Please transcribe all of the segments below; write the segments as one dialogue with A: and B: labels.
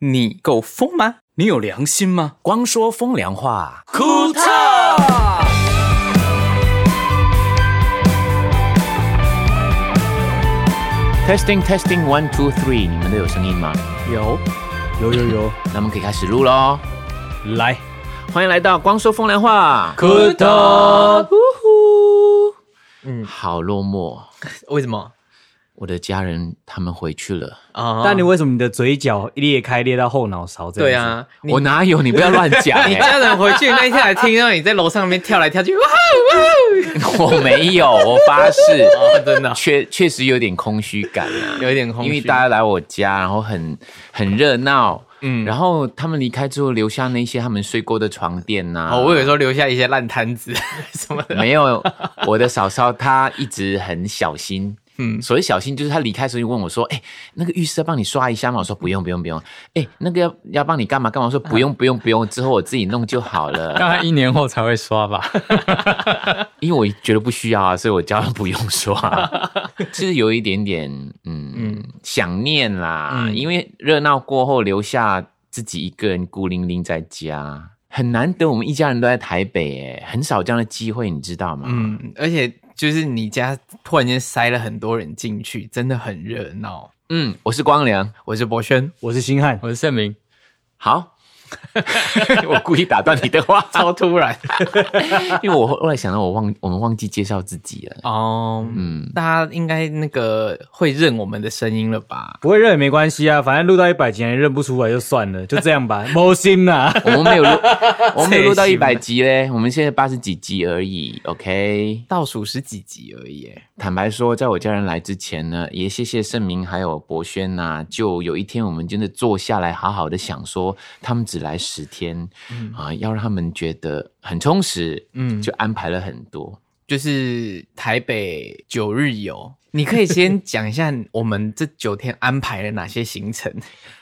A: 你够疯吗？你有良心吗？
B: 光说风凉话，
A: 库特，
B: Testing testing one two three，你们都有声音吗？
A: 有
C: 有有有，
B: 那我们可以开始录喽！
C: 来，
B: 欢迎来到光说风凉话。
A: 库特，
B: 好落寞，
C: 为什么
B: 我的家人他们回去了，
A: 啊
C: 但你为什么你的嘴角裂开裂到后脑勺这样？
A: 对，啊，你
B: 我哪有？你不要乱讲、
A: 你
B: 欸，
A: 家人回去那一天还听到你在楼上那边跳来跳去，哇哦哇哦
B: 我没有，我发 誓，
A: 哦，真的
B: 确确实有点空虚感啊，
A: 有一点空虚，
B: 因为大家来我家，然后很很热闹，嗯，然后他们离开之后留下那些他们睡过的床垫啊呐、
A: 哦，我有时候留下一些烂摊子 什 么的，
B: 没有，我的嫂嫂她一直很小心。嗯，所谓小心就是她离开的时候就问我说：“哎、那个浴室要帮你刷一下吗？”我说：“ 不用，不用，不用。哎，那个要要帮你干嘛干嘛？我说：“不用，不用，不用，之后我自己弄就好了。
D: 大概一年后才会刷吧。”
B: 因为我觉得不需要啊，所以我叫她不用 刷。就是有一点点嗯想念啦，因为热闹过后留下自己一个人孤零零在家，很难得我们一家人都在台北、诶很少这样的机会，你知道吗？
A: 嗯，而且就是你家突然间塞了很多人进去，真的很热闹。
B: 嗯，我是光良。
A: 我是博轩，
C: 我是星汉，
D: 我是盛明，
B: 好， 我故意打断你的话，
A: 超突然
B: 因为我后来想到我忘我们忘记介绍自己了。
A: 哦，
B: 嗯，
A: 大家应该那个会认我们的声音了吧？
C: 不会认也没关系啊，反正录到一百集还认不出来就算了， 就这样吧，摸心呐。
B: 我们没 有录，我们没有录到
A: 这也
B: 一
A: 行吧
B: 百集嘞，我们现在八十几集而已。OK，
A: 倒数十几集而已耶，
B: 坦白说，在我家人来之前呢，也谢谢盛明还有博轩呐、就有一天我们真的坐下来，好好的想说，他们只来十天，啊，要让他们觉得很充实，
A: 嗯
B: 嗯，就安排了很多。
A: 就是台北九日游。你可以先讲一下我们这九天安排了哪些行程？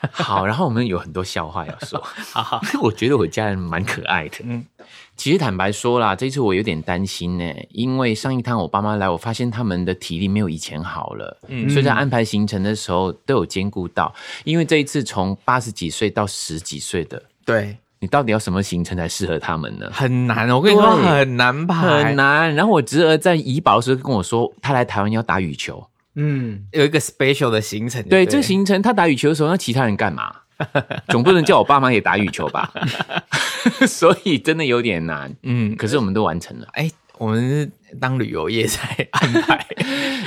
B: 好，然后我们有很多笑话要说。 我觉得我家人蛮可爱的。
A: 嗯
B: 嗯，其实坦白说啦，这次我有点担心呢、因为上一趟我爸妈来，我发现他们的体力没有以前好了。嗯，所以在安排行程的时候都有兼顾到，因为这一次从八十几岁到十几岁的，
A: 对，
B: 你到底要什么行程才适合他们呢？
A: 很难，我跟你说
B: 对
A: 很难吧？
B: 很。难。然后我侄儿在怡保的时候跟我说，他来台湾要打羽球。
C: 嗯，
A: 有一个 special 的行程就
B: 对，
A: 对，
B: 这个行程他打羽球的时候，那其他人干嘛？ 总不能叫我爸妈也打羽球吧？ 所以真的有点难。
A: 嗯，
B: 可是我们都完成了。
A: 哎，我们是当旅游业在安排，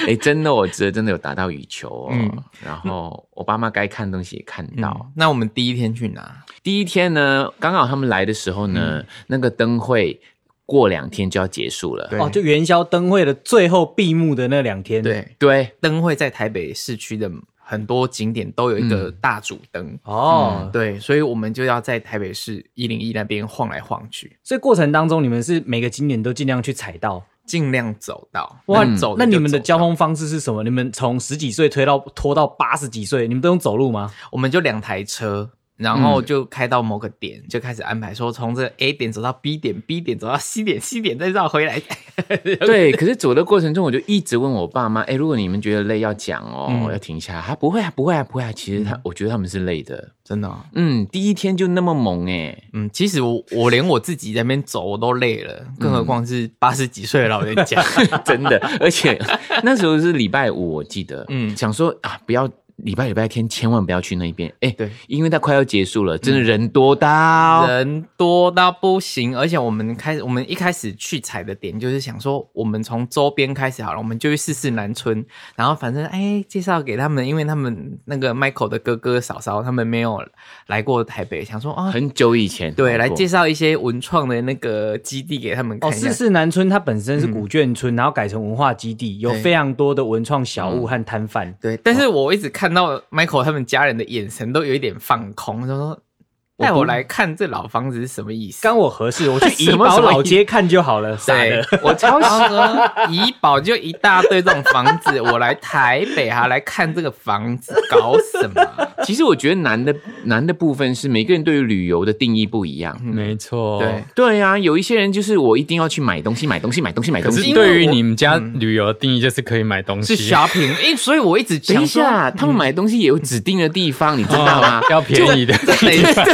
B: 哎，真的，我侄儿真的有打到羽球哦。然后我爸妈该看的东西也看到。
A: 好，那我们第一天去哪？
B: 第一天呢，刚好他们来的时候呢，那个灯会过两天就要结束了。
A: 对
C: 哦，就元宵灯会的最后闭幕的那两天，，
A: 对，
B: 对
A: 灯会在台北市区的很多景点都有一个大主灯，
C: 哦，
A: 对，所以我们就要在台北市一零一那边晃来晃去，
C: 所以过程当中你们是每个景点都尽量去踩到。
A: 尽量走到。
C: 哇
A: 能走
C: 嗯那
A: 就
C: 你们的
A: 走到
C: 交，通方式是什么？你们从十几岁推到拖到八十几岁，你们都用走路吗？
A: 我们就两台车。然后就开到某个点，就开始安排说从这个 A 点走到 B 点，B 点走到 C 点，C 点再绕回来。
B: 对，可是走的过程中，我就一直问我爸妈：“哎，如果你们觉得累，要讲哦，
A: 嗯
B: 要停下来。”他不会啊，不会啊，不会啊。其实他，我觉得他们是累的。
A: 真的哦、
B: 嗯，第一天就那么猛哎、
A: 嗯，其实我我连我自己在那边走我都累了，更何况是八十几岁的老人家。
B: 真的，而 且那时候是礼拜五，我记得，
A: 嗯
B: 嗯，想说啊，不要礼拜礼拜天千万不要去那边，哎、
A: 对，嗯
B: 因为它快要结束了，真的人多到，
A: 人多到不行，而且我们开我们一开始去踩的点就是想说，我们从周边开始好了，我们就去试试南村，然后反正哎介绍给他们，因为他们那个 Michael 的哥哥嫂嫂他们没有来过台北，想说啊、
B: 很久以前
A: 对，来介
B: 绍，
A: 绍一些文创的那个基地给他们看
C: 哦，
A: 一下。
C: 四四南村它本身是古眷村，然后改成文化基地，有
A: 对
C: 非常多的文创小物和摊
A: 嗯
C: 贩。
A: 哦对，但是我一直看到 Michael 他们家人的眼神都有一点放空，他说：“带我来看这老房子是什么意思？
C: 刚我合适，我去
B: 什
C: 怡
B: 么
C: 宝
B: 什么
C: 老街看就 好了。傻
A: 对
C: 的，，
A: 我超想说怡保就一大堆这种房子，我来台北还来看这个房子，搞什 么？
B: 其实我觉得难的难的部分是每个人对于旅游的定义不一样。
A: 嗯
D: 没错。
A: 对，，
B: 对啊，有一些人就是我一定要去买东西，买东西，买东西，买
D: 可
B: 东
D: 是
B: 西。
D: 对于
A: 因为我嗯
D: 你们家旅游的定义就是可以买东西，啊
A: 是 shopping，因为所以我一直
B: 等
A: 想
B: 一
A: 说，嗯
B: 下，他们买东西也有指定的地方，你知道吗
A: 啊
D: 哦？ 要便宜的。
A: 这等一 下，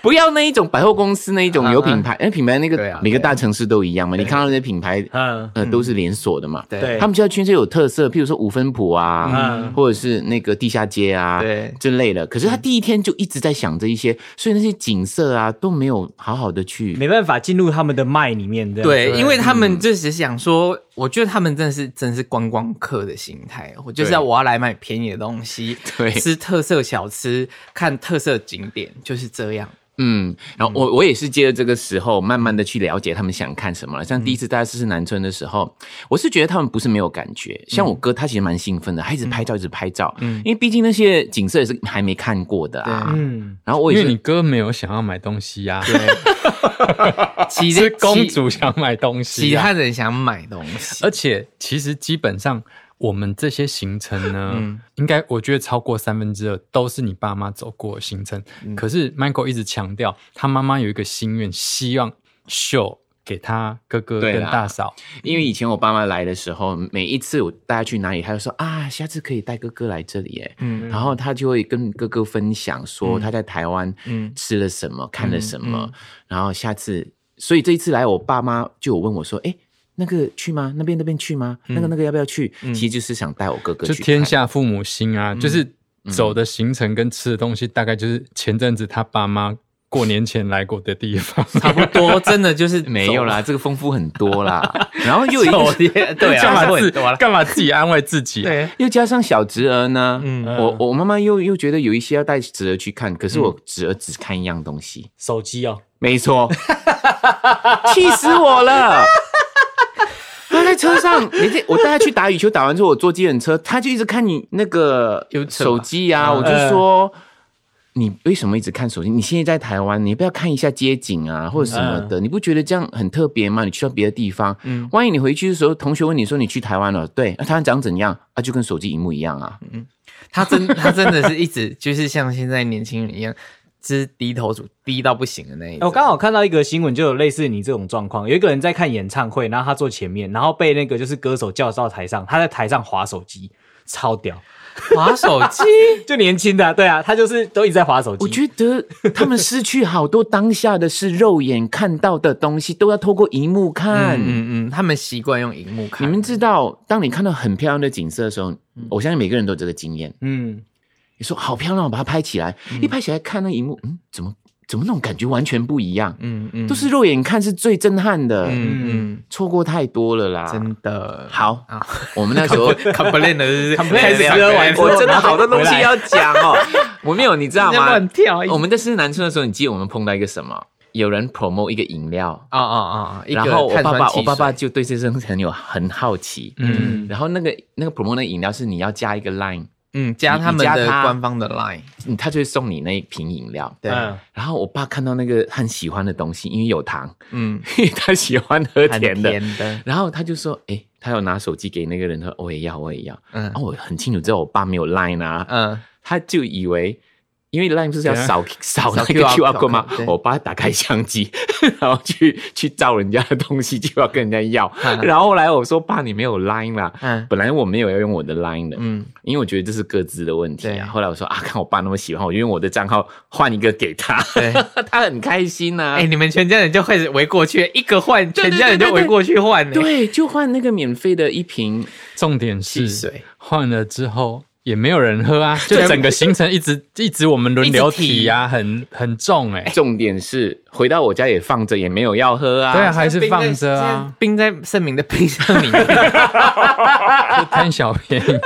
B: 不要那一种百货公司那一种有品牌，哎，品牌那
A: 对
B: 个
A: 啊
B: 每个大城市都一样嘛。你看到那些品牌，
C: 嗯，
B: 呃，都是连锁的嘛。
A: 对
C: 对
B: 他们就要圈些有特色，譬如说五分埔啊
C: 嗯，
B: 或者是那个地下街啊，
A: 对嗯
B: 之类的。可是他第一天就一直在想这一些，所以那些景色啊都没有好好的去。
C: 没办法进入他们的脉里面。这样
A: 对，因为他们就是想说，我觉得他们真的是真的是观光客的心态，我就是要
B: 对
A: 我要来买便宜的东西，
B: 对
A: 吃特色小吃，看特色景点，就是这样。
B: 嗯，然后我我也是借着这个时候，慢慢的去了解他们想看什么了。
D: 嗯
B: 像第一次大家试试南村的时候，我是觉得他们不是没有感
D: 嗯
B: 觉。像我哥他其实蛮兴奋的，他一直拍照，一直拍照，因为毕竟那些景色也是还没看过的啊。
C: 嗯，
B: 然后我
D: 因
B: 也
D: 为
B: 是
D: 你哥没有想要买东西呀、
A: 其
D: 是
A: 实
D: 公主想买东
A: 其
D: 西、
A: 他
D: 啊。
A: 人想买东西，
D: 而且其实基本上我们这些行程呢，
A: 嗯
D: 应该我觉得超过三分之二都是你爸妈走过的行程。
A: 嗯
D: 可是 Michael 一直强调，他妈妈有一个心愿，希望秀给他哥哥
B: 对
D: 跟
B: 啦
D: 大嫂。
B: 因为以前我爸妈来的时候，每一次我带他去哪里，他就说啊，下次可以带哥哥来这里哎，
A: 嗯
B: 然后他就会跟哥哥分享说他在台湾
A: 嗯
B: 吃了什么，看了什么，
A: 嗯
B: 然后下次，所以这一次来，我爸妈就有问我说，哎，那个去吗？那边那边去吗？那个那个要不要去？其实嗯就是想带我哥哥去
D: 就
B: 看
D: 天下父母心
A: 嗯
D: 啊，就是走的行程跟吃的东西，大概就是前阵子他爸妈过年前来过的地方。
A: 差不多真的 就是
B: 没有啦，这个丰富很多 啦，然后又有一
A: 走，
B: 个
A: 走 的 对
D: 干
A: 啊，
D: 嘛自
A: 很多了，
D: 干嘛自己安慰自己？啊
A: 对，
B: 又加上小侄儿呢，
A: 嗯
B: 我我妈妈又又觉得有一些要带侄儿去看，可是我侄儿只看一样东西，
C: 手机哦，
B: 没错， 气死我了！他在车上，你这我带他去打羽球，打完之后我坐计程车，他就一直看你那个
A: YouTube
B: 手机啊，我就说。你为什么一直看手机？你现在在台湾，你不要看一下街景啊，或者什么的，你不觉得这样很特别吗？你去到别的地方，
A: 嗯
B: 万一你回去的时候，同学问你说你去台湾了，对，那、台湾长怎样啊？就跟手机荧幕一样啊。
A: 他真他真的是一直就是像现在年轻人一样，就是低头族低到不行的那一
C: 哎
A: 种。
C: 我刚好看到一个新闻，就有类似你这种状况，有一个人在看演唱会，然后他坐前面，然后被那个就是歌手叫到台上，他在台上划手机，超屌，
A: 滑手机，
C: 就年轻的啊、对啊，他就是都一直在划手机。
B: 我觉得他们失去好多当下的是肉眼看到的东西，都要透过荧幕看。
A: 嗯嗯嗯，他们习惯用荧幕
B: 你
A: 看。
B: 们知道，当你看到很漂亮的景色的时候，
A: 嗯
B: 我相信每个人都有这个经验。
C: 嗯，
B: 你说好漂亮，我把它拍起来，
A: 嗯
B: 一拍起来看那荧幕，嗯，怎么怎么那种感觉完全不一样？
A: 嗯嗯
B: 都是肉眼看是最震撼的，
A: 嗯嗯，
B: 错过太多了啦。
A: 真的
B: 好
A: 啊，
B: 我们那时候
A: complain 了，是不是？
C: 开始喝完之后
B: 我真的好多东西要讲哦，我没有，你 知道
A: 在
B: 吗
A: 乱？跳。
B: 我们在是南村的时候，你记得我们碰到一个什么？有人 promo 一个饮料，
A: 啊啊啊啊！一个
B: 然后我
A: 碳
B: 爸
A: 酸
B: 爸，
A: 汽
B: 我爸
A: 水
B: 爸就对这生很有很好奇。
D: 嗯，
B: 然后那个那个 promo 那个饮料是你要加一个 line，
A: 嗯加他
B: 你
A: 们
B: 加
A: 的
B: 他
A: 官方的 line，
B: 嗯他就会送你那一瓶饮料。
A: 对，
C: 嗯
B: 然后我爸看到那个很喜欢的东西，因为有糖，
A: 嗯，
B: 因为 他喜欢喝
A: 很
B: 甜的。
A: 甜的，
B: 然后他就说：“诶，他要拿手机给那个人，他说我也要，我也要。”
A: 嗯
B: 然后我很清楚知道我爸没有 line 啊，
A: 嗯，
B: 他就以为，因为 Line 不是要扫扫那个
A: QR
B: QR code 吗
A: code，对？
B: 我爸打开相机， 然后去去照人家的东西，就要跟人家要。
A: 嗯
B: 然后后来我说：“爸，你没有 Line 啦。”
A: 嗯
B: 本来我没有要用我的 Line 的，
A: 嗯
B: 因为我觉得这是各自的问题
A: 对
B: 啊。后来我说：“啊，看我爸那么喜欢，我就用我的账号换一个给他。
A: 对
B: 他很开心呐、
A: 哎，你们全家人就开始围过去，一个换，
B: 对
A: 全家人就围过去换呢。哎欸
B: 对，就换那个免费的一瓶，
D: 重点
A: 汽
D: 是
A: 水
D: 换了之后也没有人喝啊，就整个行程一直一直我们轮流提啊，很很重哎、
B: 重点是回到我家也放着，也没有要喝啊。
D: 对啊，还是放着啊，，
A: 冰在盛明的冰箱里面。
D: 就贪小 便宜。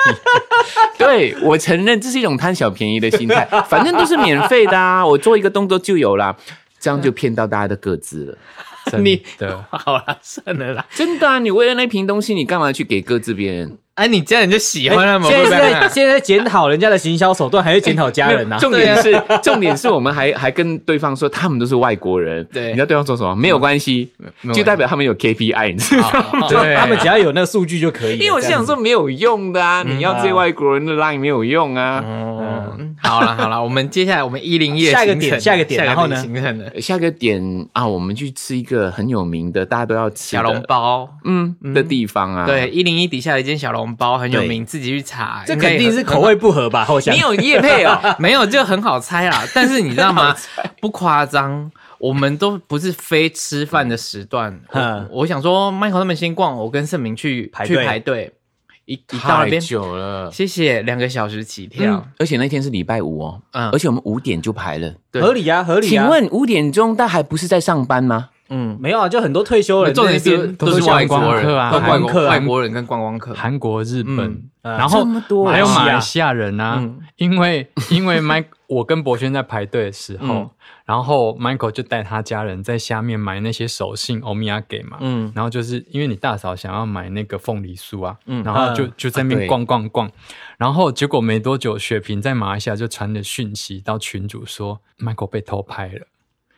B: 对，我承认这是一种贪小便宜的心 态，
A: 嗯
B: 反正都是免费的啊，我做一个动作就有啦，这样就骗到大家的各自了。
D: 真
A: 你
D: 的
A: 好啦，算了啦。
B: 真的啊！你为了那瓶东西，你干嘛去给各自别人？
A: 哎、你家人就喜欢他们，
C: 现
A: 会不啊
C: 在
A: 会
C: 在现在在检讨人家的行销手段，还是检讨家人啊
A: 啊
C: 呐、
B: 重点是， 重点是我们还还跟对方说他们都是外国人，
A: 对嗯
B: 你知道对方说什么？没有关系，
A: 没有
B: 就代表他们有 KPI，你知
A: 哦
B: 道吗？
D: 对，
C: 他们只要有那个数据就
A: 嗯
C: 可以了。
B: 因为我是想说没有用的啊，你要这些外国人的 line 没有用啊。
A: 哦，好了好了，我们接下来我们一零一
C: 嗯下一个点下一个点然后呢
A: 形成的
B: 下个点啊，我们去吃一个很有名的，大家都要吃
A: 小
B: 的
A: 笼，包。
B: 嗯的地方啊。
A: 对，，一零一底下的一间小笼包很有名，自己去查，
C: 这
A: 应该
C: 肯
A: 也
C: 定
A: 很
C: 是口味不合吧？我想
B: 你有叶配哦，
A: 没有，就很好猜啦。但是你知道吗？不夸张，我们都不是非吃饭的时段。
C: 嗯
A: 我我想说，Michael 他们先逛，我跟盛明去
C: 排
A: 去
C: 队
A: 排队，一一到那
B: 太
A: 边，
B: 久了。
A: 谢谢，两个小时起跳
B: 嗯。，而且那天是礼拜五哦，
A: 嗯
B: 而且我们五点就排了。
A: 对
C: 合理呀、合理、啊。
B: 请问五点钟他还不是在上班吗？
A: 嗯，
C: 没有啊？就很多退休人
A: 重点
C: 在那
A: 是
C: 边
A: 都是
D: 外
A: 外
D: 国
A: 国
D: 人
A: 人
D: 都
C: 观
A: 外
C: 光客
A: 国
C: 啊
A: 外国人跟观光客。
D: 韩国、日本
A: 嗯，
C: 呃
D: 然后
B: 这么多
D: 还有马
C: 马
D: 来
C: 来
D: 西亚人啊
A: 嗯，
D: 因为因为 Mike，我跟博轩在排队的时
A: 嗯
D: 候，然后 Michael 就带他家人在下面买那些手信欧米亚给嘛，
A: 嗯
D: 然后就是因为你大嫂想要买那个凤梨酥啊，
A: 嗯
D: 然后就
C: 嗯
D: 就在那
B: 啊对
D: 边逛逛逛，然后结果没多久，雪萍在马来西亚就传了讯息到群主说 Michael 被偷拍了，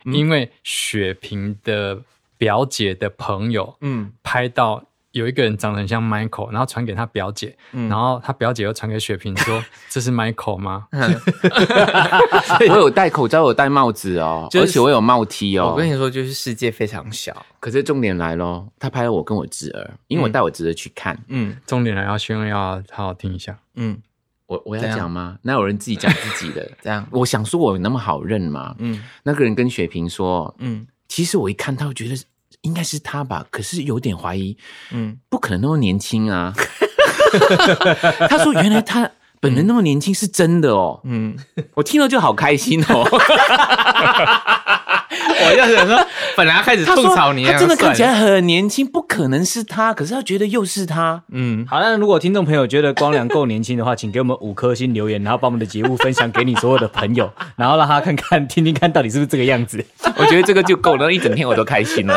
D: 因为雪萍的表姐的朋友
A: 嗯
D: 拍到。有一个人长得很像 Michael，然后传给他表姐，
B: 嗯
D: 然后他表姐又传给雪萍说：“ 这是 Michael 吗
B: 我有戴口罩，我有戴帽子哦，
A: 啊就是
B: 而且我 有帽 T 哦。
A: 我跟你说，就是世界非常小。
B: 可是重点来咯，他拍了我跟我侄儿，因为我带我侄儿去看。
A: 嗯？”
D: 重点来要炫耀，好好听一下。
A: 嗯，
B: 我我要
A: 怎样。
B: 讲吗？那有人自己讲自己的
A: 这样。
B: 我想说，我有那么好认吗？
A: 嗯
B: 那个人跟雪萍说，
A: 嗯
B: 其实我一看到觉得应该是他吧，可是有点怀疑，
A: 嗯，
B: 不可能那么年轻 啊。他说，原来他本人那么年轻是真的哦。
A: 嗯，
B: 我听了就好开心哦。
A: 我就想说，本来要开始
B: 他
A: 吐
B: 说
A: 槽你，啊
B: 他真的看起
A: 算了，
B: 来很年轻，不可能是他，可是他觉得又是他。
A: 嗯，
C: 好，那如果听众朋友觉得光良够年轻的话，请给我们五颗星留言，然后把我们的节目分享给你所有的朋友，然后让他看看、听听看到底是不是这个样子。
B: 我
A: 嗯
B: 觉得这个就够了，一整天我都开心了。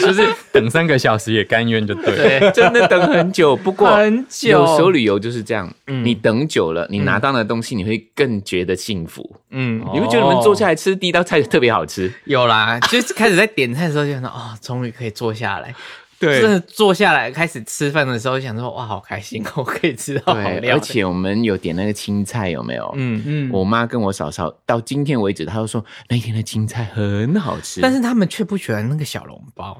D: 就是等三个小时也甘愿就对了。
A: 对，
B: 真的等很久，不过
A: 很久
B: 有时候旅游就是这样，
A: 嗯
B: 你等久了，你拿到的东西，你会更觉得幸福。
A: 嗯，
B: 你会觉得我们坐下来吃第一道菜特别好吃，
A: 有啦，就是开始在点菜的时候就想说，哦，终于可以坐下来。对真的坐下来开始吃饭的时候，想说哇，好开心，我可以吃哦到好
B: 对，
A: 料
B: 而
A: 理。
B: 且我们有点那个青菜，有没有？
A: 嗯，
C: 嗯，
B: 我妈跟我嫂嫂到今天为止，她都说那天的青菜很好吃，
A: 但是他们却不喜欢那个小笼包。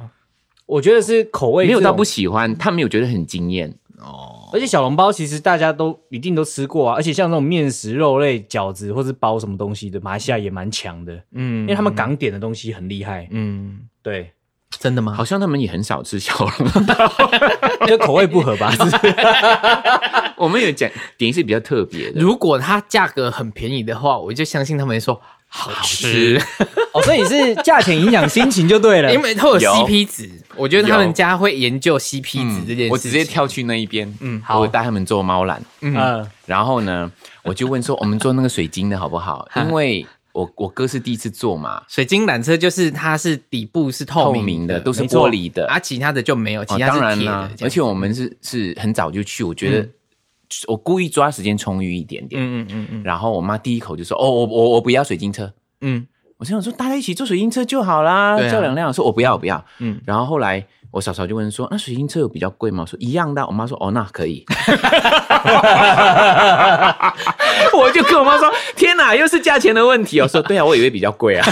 C: 我觉得是口味
B: 没有
C: 这种
B: 到不喜欢，她没有觉得很惊艳。
A: 嗯
C: 而且小笼包其实大家都一定都吃过啊，而且像那种面食、肉类、饺子或是包什么东西的，马来西亚也蛮强的，
A: 嗯
C: 因为他们港点的东西很厉害。
A: 嗯，
C: 对，
A: 真的吗？
B: 好像他们也很少吃小笼 包，
C: 就口味不合 吧？是不是
B: 我们有讲点一是比较特别的。
A: 如果它价格很便宜的话，我就相信他们会说好吃，
C: 哦，所以是价钱影响心情就对了。
A: 因为会有
B: 有
A: CP 值。我觉得他们家会研究 CP 值
B: 嗯
A: 这件事情。
B: 我直接跳去那一边，嗯，
A: 好
B: 我带他们做猫缆，
C: 嗯、
B: 然后呢，我就问 说，我们做那个水晶的好不好？因为我我哥是第一次做嘛，
A: 水晶缆车，就是它是底部是透
B: 透
A: 明
B: 明的都是
C: 没错
B: 玻璃的，
A: 啊，其他的就没有，其
B: 哦
A: 他
B: 当
A: 是
B: 然
A: 铁的
B: 啦，
A: 这样。
B: 而且我们是是很早就去，我觉得我故意抓时间充裕一点点。
A: 嗯嗯嗯
B: 然后我妈第一口就说：“哦，我我我不要水晶车。
A: 嗯”
B: 我心想说：“大家一起坐水晶车就好啦，
A: 对啊
B: 叫两辆。”说：“我不要，我不要。”
A: 嗯
B: 嗯，然后后来我嫂嫂就问说：“那水晶车有比较贵吗？”我说：“一样的。”我妈说：“哦，那可 以。”我就跟我妈说：“天哪，又是价钱的问题哦。”我说：“对啊，我以为比较贵啊。”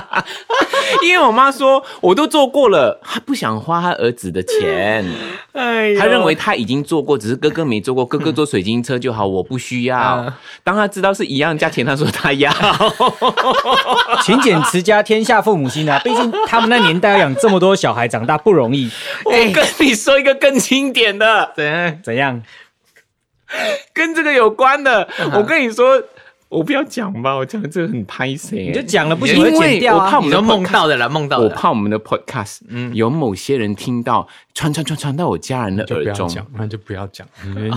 B: 因为我妈说我都做过了，她不想花她儿子的钱，
A: 嗯，
B: 她认为她已经做过，只是哥哥没做过，哥哥坐水晶车就好，我不需要。当她知道是一样价钱，她说她要。
C: 勤俭持家，天下父母心啊！毕竟他们那年代要养这么多小孩，长大不容易。
B: 我
A: 哎
B: 跟你说一个更经典的，
A: 怎样？
C: 怎样？
B: 跟这个有关的，我跟你说，我不要讲吧，我讲这个很拍谁、
C: 你就讲了不行
B: 因
C: 会
B: 为
C: 剪掉
B: 我怕
C: 啊
B: 我！
A: 你
B: 们的
A: 说梦
B: podcast-
A: 到的啦，梦到
B: 我
A: 的啦。
B: 怕我们的 podcast，
A: 嗯
B: 有某些人听到传传传传到我家人的
D: 就不
B: 耳
D: 要
B: 中，哦
D: 讲，那就不要讲。你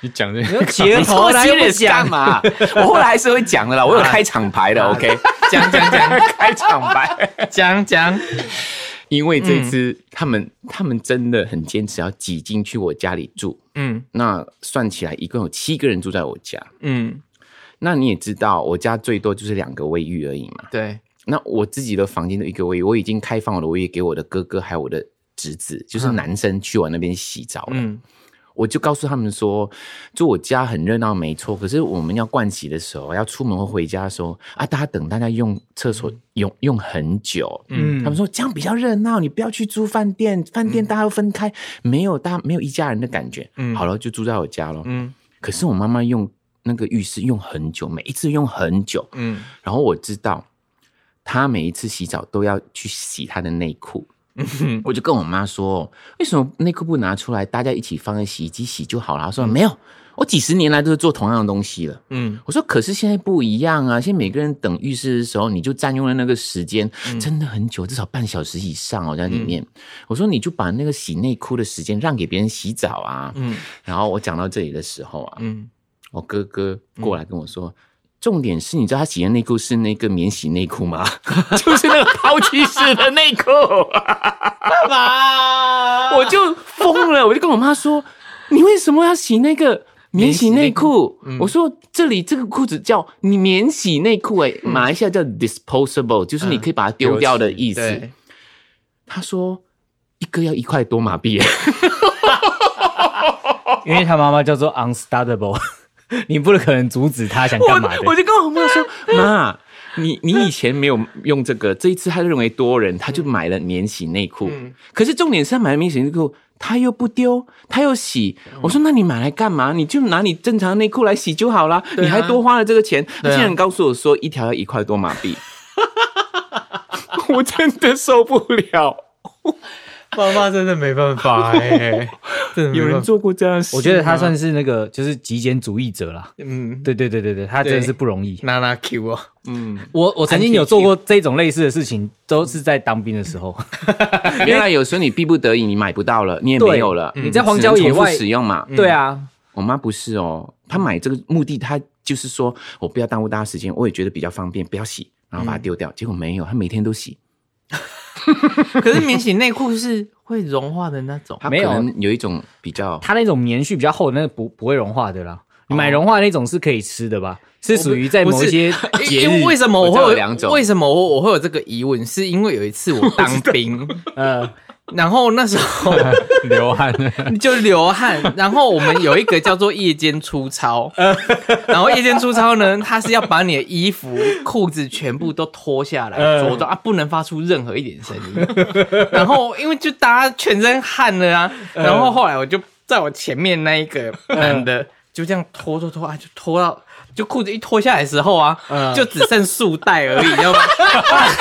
D: 你讲这
C: 你说截
B: 你
C: 头
B: 说
C: 来又不
B: serious 干
C: 讲，
B: 嘛？我后来还是会讲的啦，我有开场牌的，OK。
A: 讲讲讲
B: 开场白。
A: 讲讲，
B: 因为这次他们、他们真的很坚持要挤进去我家里住，
A: 嗯
B: 那算起来一共有七个人住在我家。
A: 嗯，
B: 那你也知道，我家最多就是两个卫浴而已嘛。
A: 对，
B: 那我自己的房间都一个卫浴，我已经开放我的卫浴给我的哥哥还有我的侄子，就是男生去我那边洗澡了。
A: 嗯
B: 我就告诉他们说，就我家很热闹，没错。可是我们要盥洗的时候，要出门或回家的时候啊，大家等大家用厕所用用很久。
A: 嗯
B: 他们说这样比较热闹，你不要去住饭店，饭店大家都分开，没有大没有一家人的感觉。
A: 嗯
B: 好了，就住在我家咯。
A: 嗯
B: 可是我妈妈用那个浴室用很久，每一次用很久。
A: 嗯
B: 然后我知道她每一次洗澡都要去洗她的内裤。
A: 嗯
B: 我就跟我妈说，为什么内裤不拿出来，大家一起放在洗衣机洗就好了？她说没有，我几十年来都是做同样的东西了。
A: 嗯
B: 我说可是现在不一样啊，现在每个人等浴室的时候，你就占用了那个时间，
A: 嗯
B: 真的很久，至少半小时以上哦，在里面。我说你就把那个洗内裤的时间让给别人洗澡啊。
A: 嗯
B: 然后我讲到这里的时候啊，
A: 嗯，
B: 我哥哥过来跟我说。重点是，你知道他洗的内裤是那个免洗内裤 吗？就是那个抛弃式的内 裤。
A: 干嘛？
B: 我就疯了，我就跟我妈说：“你为什么要洗那个免洗内裤？”嗯我说：“这里这个裤子叫你免洗内裤，哎，马来西亚叫 disposable，就是你可以把它嗯丢掉的意思。
A: 对，”
B: 她说：“一个要一块多马币。哎
C: 因为他妈妈叫做 unstoppable，你不可能阻止他想干嘛的
B: 我。我就跟我妈说：“ 嗯妈，你你以前没有用这个，这一次她认为多人，她就买了免洗内裤。
A: 嗯
B: 可是重点是她买了免洗内裤。”她又不丢，她又洗。我说：“那你买来干嘛？你就拿你正常的内裤来洗就好啦。
A: 啊
B: 你还多花了这个钱。她
A: 啊
B: 竟然告诉我说一条要一块多马 币，我真的受不了。
A: 妈妈真的没办法 哎，真的没办法
B: 有人做过这样的事吗？
C: 我觉得他算是那个就是极简主义者啦。
A: 嗯，
C: 对对对对对，他真的
A: 对
C: 是不容易。
A: 娜娜 Q 哦，
B: 嗯，
C: 我我曾经有做过这种类似的事情，都是在当兵的时候。
B: 原来有时候你逼不得已，你买不到了，你也没有了，
C: 对你在荒郊野外
B: 只能重复使用嘛。
C: 对啊，
B: 我妈不是哦，她买这个目的，她就是说我不要耽误大家时间，我也觉得比较方便，不要洗，然后把它丢掉。结果没有，她每天都洗，
A: 可是免洗内裤是会融化的那种，
B: 她
C: 没有
B: 可能有一种比 较，
C: 它那种棉絮比较厚的，那个不不会融化的啦。你买融化那种是可以吃的吧？是属于在
A: 不
C: 某一
A: 是
C: 些节
A: 因
C: 日
A: 为为什么我
B: 我
A: 会
B: 知道
A: 有
B: 有两种
A: 为什么我我会有这个疑问？是因为有一次我当兵，
C: 呃，
A: 然后那时候
D: 流汗。
A: 就流汗，然后我们有一个叫做夜间粗糙，然后夜间粗糙呢，它是要把你的衣服、裤子全部都脱下来着装啊，不能发出任何一点声音。然后因为就大家全身汗了啊，然后后来我就在我前面那一个男的就这样脱脱脱啊，就脱到。就裤子一脱下来的时候啊，就只剩束带而已，要不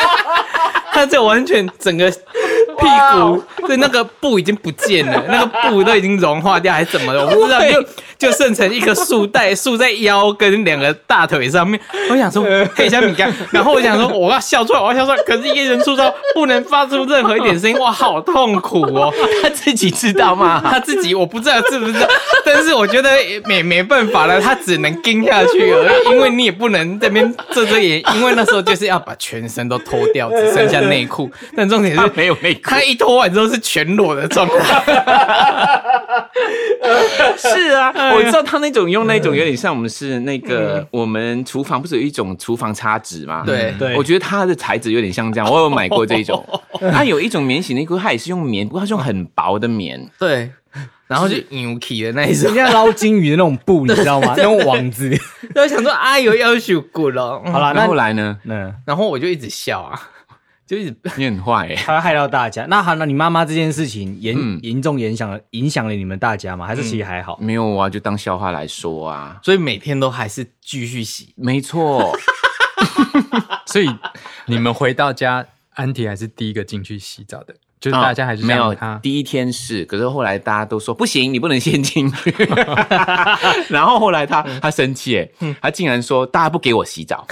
A: 他这完全整个 屁股的那个布已经不见
B: 哦
A: 了，那个布都已经融化掉还是怎 么的，我不知道，就就剩成一个束带，束在腰跟两个大腿上面。我 想说，黑小米干，然后我想说我要笑出来，我要笑出来，可是夜人粗糙不能发出任何一点声音，哇，好痛苦 哦。
B: 她自己知道吗？
A: 他自己我不知道知不知道，但是我觉得也没没办法了，他只能跟下去而已，因为你也不能这边遮遮掩，因为那时候就是要把全身都脱掉，只剩下内裤。但重点是
B: 没有内裤，
A: 他一脱完之后是全裸的状态，
B: 是啊， 我知道她那种用那种有点像我们是那个我们厨房不是有一种厨房擦纸吗？嗯
A: 对
C: 对
B: 我觉得它的材质有点像这样，我有买过这种。它有一种免洗内裤，它也是用棉，不过它是用很薄的棉。
A: 对，然后就扭起的那一
C: 人
A: 种，
C: 家捞金鱼的那种布，你知道吗？那种网子。
A: 然后想说啊有要求过了，嗯
C: 好啦，
B: 然后后
C: 那
B: 来呢，
C: 嗯，
A: 然后我就一直笑啊，就一直
B: 你很坏哎、
C: 他害到大家。那好，那你妈妈这件事情
B: 嗯
C: 严严重影响了影响了你们大家吗？还是其实还好？
B: 没有啊，就当笑话来说啊。
A: 所以每天都还是继续洗，
B: 没错，
D: 所以你们回到家，安迪还是第一个进去洗澡的，就是大家还是
B: 啊没有
D: 让他。
B: 第一天是，可是后来大家都说不行，你不能先进去。然后后来他他生气，哎，他竟然说大家不给我洗澡。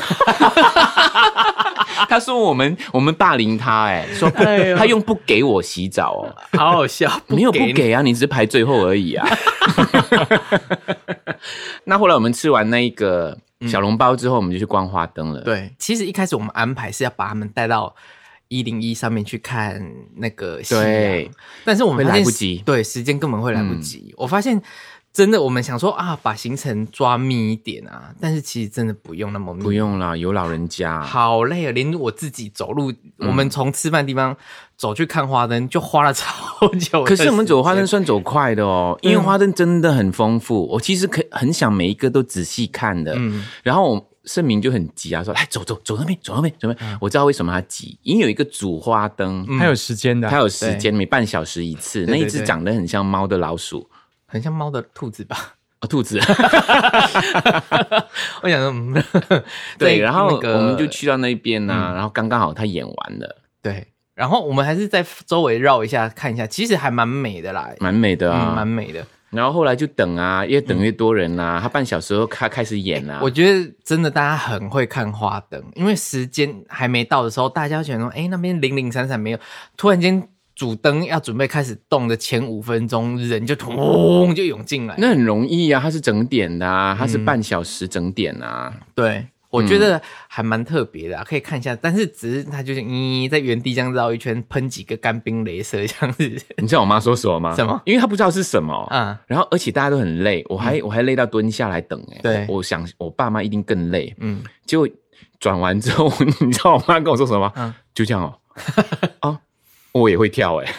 B: 他说我们我们霸凌他，哎，说不
A: 哎呦
B: 他用不给我洗澡哦，
A: 好好 笑，
B: 没有不
A: 你
B: 给啊，你只是排最后而已啊。那后来我们吃完那一个小笼包之后，我们就去逛花灯了。，
A: 对，其实一开始我们安排是要把他们带到一零一上面去看那个夕
B: 对
A: 阳，但是我们
B: 会
A: 发现
B: 来不及
A: 对，时间根本会来不及。我发现真的，我们想说啊，把行程抓密一点啊，但是其实真的不用那么密，
B: 不用啦，有老人家。
A: 好累啊！连我自己走路，
B: 嗯
A: 我们从吃饭地方走去看花灯，就花了超久的时间。嗯
B: 可是我们走花灯算走快的哦，因为花灯真的很丰富。我其实可很想每一个都仔细看的。
A: 嗯
B: 然后我盛明就很急啊，说：“来走走走那边，走那边，走那边。我知道为什么他急，因为有一个主花灯，
A: 嗯
D: 还有时间的啊，
B: 它有时间，每半小时一次。
A: 对
B: 那
A: 对
B: 一只长得很像猫的老鼠
A: 很像猫的兔子 吧？
B: 啊，兔子。
A: 我想说， 嗯
B: 对，然后
A: 那个嗯
B: 我们就去到那边呢、然后刚刚好他演完了，
A: 对，然后我们还是在周围绕一下看一下，其实还蛮美的啦，
B: 蛮美的
A: 嗯，
B: 啊。
A: 蛮美的。
B: 然后后来就等啊，越等越多人啊，他半小时后开开始演啊。
A: 我觉得真的大家很会看花灯，因为时间还没到的时候，大家觉得说，哎，那边零零散散没有，突然间主灯要准备开始动的前五分钟，人就通就涌进来。
B: 那很容易啊，它是整点的啊，它是
A: 嗯
B: 半小时整点啊。
A: 对，我觉得还蛮特别的、
B: 嗯
A: 啊，可以看一下。但是只是它就是咦、在原地这样绕一圈，喷几个干冰镭射这样子。
B: 你知道我妈说什么吗？
A: 什么
B: 因为她不知道是什么。
A: 嗯
B: 然后而且大家都很累，我还、我还累到蹲下来等哎、
A: 对
B: 我想我爸妈一定更累。
A: 嗯，
B: 结果转完之后， 你知道我妈跟我说什么吗？
A: 嗯
B: 就这样 哦、啊，我也会跳哎、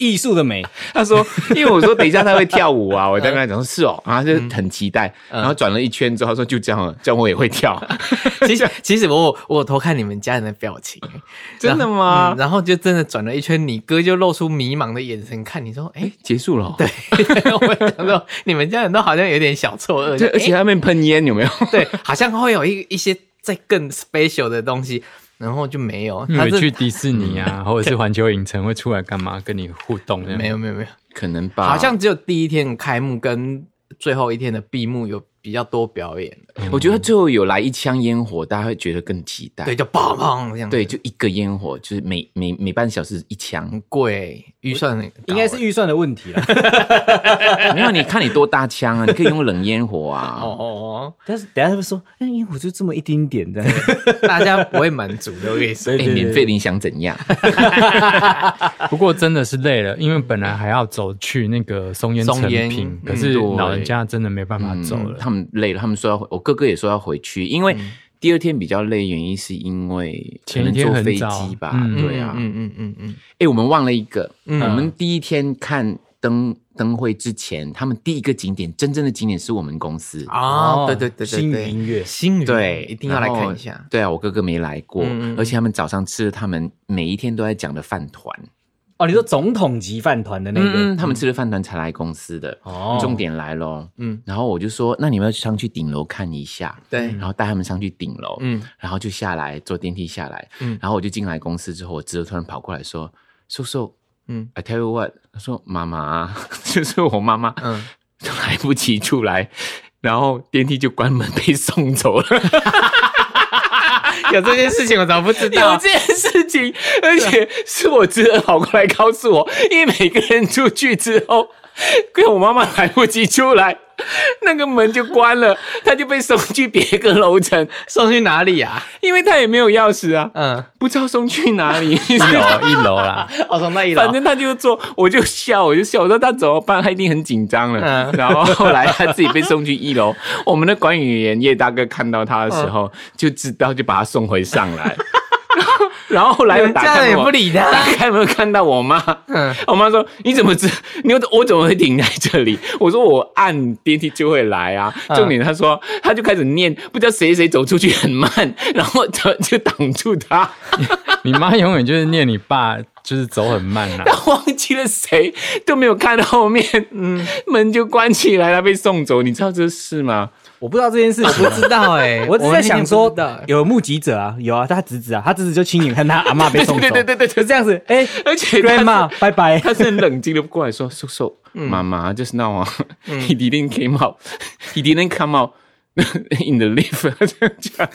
C: 艺术的美，
B: 他说，因为我说等一下他会跳舞啊，
A: 嗯
B: 我在跟他讲说是哦，然后他就很期待，然后转了一圈之后，他说就这样了，这样我也会 跳，
A: 其实其实我有我有偷看你们家人的表情、欸
B: 真的吗
A: 嗯？然后就真的转了一圈，你哥就露出迷茫的眼神看你说，哎、
B: 结束了哦，对
A: 我想说你们家人都好像有点小错愕，就
B: 而且
A: 诶
B: 他们喷烟有没 有？
A: 对，好像会有一一些再更 special 的东西，然后就没有，
D: 因
A: 他
D: 为
A: 这
D: 去迪士尼 啊，或者是环球影城会出来干嘛？跟你互动这样
A: 没有没有没有，
B: 可能吧，
A: 好像只有第一天的开幕跟最后一天的闭幕有比较多表演，
B: 我觉得最后有来一枪烟火，大家会觉得更期待。
A: 对，就砰砰这样，
B: 对，，就一个烟火，就是每每每半小时一枪。
A: 很贵，预算很高
C: 应该是
A: 欸
C: 预算的问题了。
B: 没有，你看你多大枪啊，你可以用冷烟火啊。
A: 哦哦
C: 但是等一下他们说，哎，烟火就这么一丁点的，
A: 哦，大家不会满足的，我跟你说
C: 对
B: 哎，免费你想怎样？
D: 不过真的是累了，因为本来还要走去那个松烟
A: 松
D: 成
A: 烟
D: 品
A: 嗯，
D: 可是
B: 对
D: 老人家真的没办法走
B: 嗯
D: 了。
B: 他们累了，他们说要回，我哥哥也说要回去，因为第二天比较累，原因是因为可
D: 前一
B: 能
D: 天
B: 坐
D: 很
B: 飞
D: 早
B: 机吧。
D: 嗯
B: 对啊，
A: 嗯嗯嗯嗯
B: 哎、我们忘了一个，
A: 嗯
B: 我们第一天看灯灯会之前，他们第一个景点，真正的景点是我们公司
A: 嗯，啊，对对对对
C: 星
A: 对，
C: 宇音乐，
A: 星云
B: 对，
A: 一定要来
B: 然后
A: 看一下。
B: 对啊，我哥哥没来过，
A: 嗯嗯嗯
B: 而且他们早上吃了他们每一天都在讲的饭团，
C: 哦，你说总统级饭团的那
B: 嗯
C: 个
B: 嗯，，他们吃了饭团才来公司的。
C: 哦
B: 重点来咯，
A: 嗯
B: 嗯，然后我就说，那你们要上去顶楼看一下，
A: 对
B: 然后带他们上去顶楼，
A: 嗯
B: 嗯，然后就下来坐电梯下来，
A: 嗯
B: 嗯，然后我就进来公司之后，我侄子突然跑过来说，叔叔，
A: 嗯
B: 嗯，I tell you what，他说妈妈， 就是我妈妈，
A: 嗯
B: 嗯，来不及出来，然后电梯就关门被送走了。
A: 有这件事情我怎么不知
B: 有？这件事情，而且是我侄儿跑过来告诉我，因为每个人出去之后，跟我妈妈来不及出来，那个门就关了，他就被送去别个楼层，
A: 送去哪里呀、
B: 因为他也没有钥匙啊，
A: 嗯，
B: 不知道送去哪 里。
D: 一楼一楼啦，
A: 哦，送到一
B: 反正他就做，我就笑，我就笑，我说他怎么办？他一定很紧张了。
A: 嗯
B: 然后后来他自己被送去一楼，我们的管理员叶大哥看到他的时
A: 嗯
B: 候，就知道就把他送回上来。 然后后来又打
A: 家人
B: 开
A: 也
B: 我
A: 不理他
B: 打开门看到我妈，
A: 嗯
B: 我妈说：“你怎么知？你又我怎么会停在这里？”我说：“我按电梯就会来啊。”
A: 嗯
B: 重点他说，他就开始念，不知道谁谁走出去很慢，然后就就挡住他。
D: 你妈永远就是念你爸就是走很慢啊啦。
B: 但忘记了谁都没有看到后面，嗯，门就关起来了，被送走。你知道这事吗？
C: 我不知道这件事情啊
A: 不。知道 哎、
C: 我只是在想说
A: 我那天不知道，
C: 有目击者啊，有啊，他侄子啊，他侄子就亲眼看他阿 嬷被送走，
B: 对对对对对
C: 就这样子，哎
B: 而且他是
C: ，grandma，拜 拜，
B: 他是很冷静的过来说：“叔叔，妈妈就是那种 he didn't came out, he didn't come out in the lift 这样讲。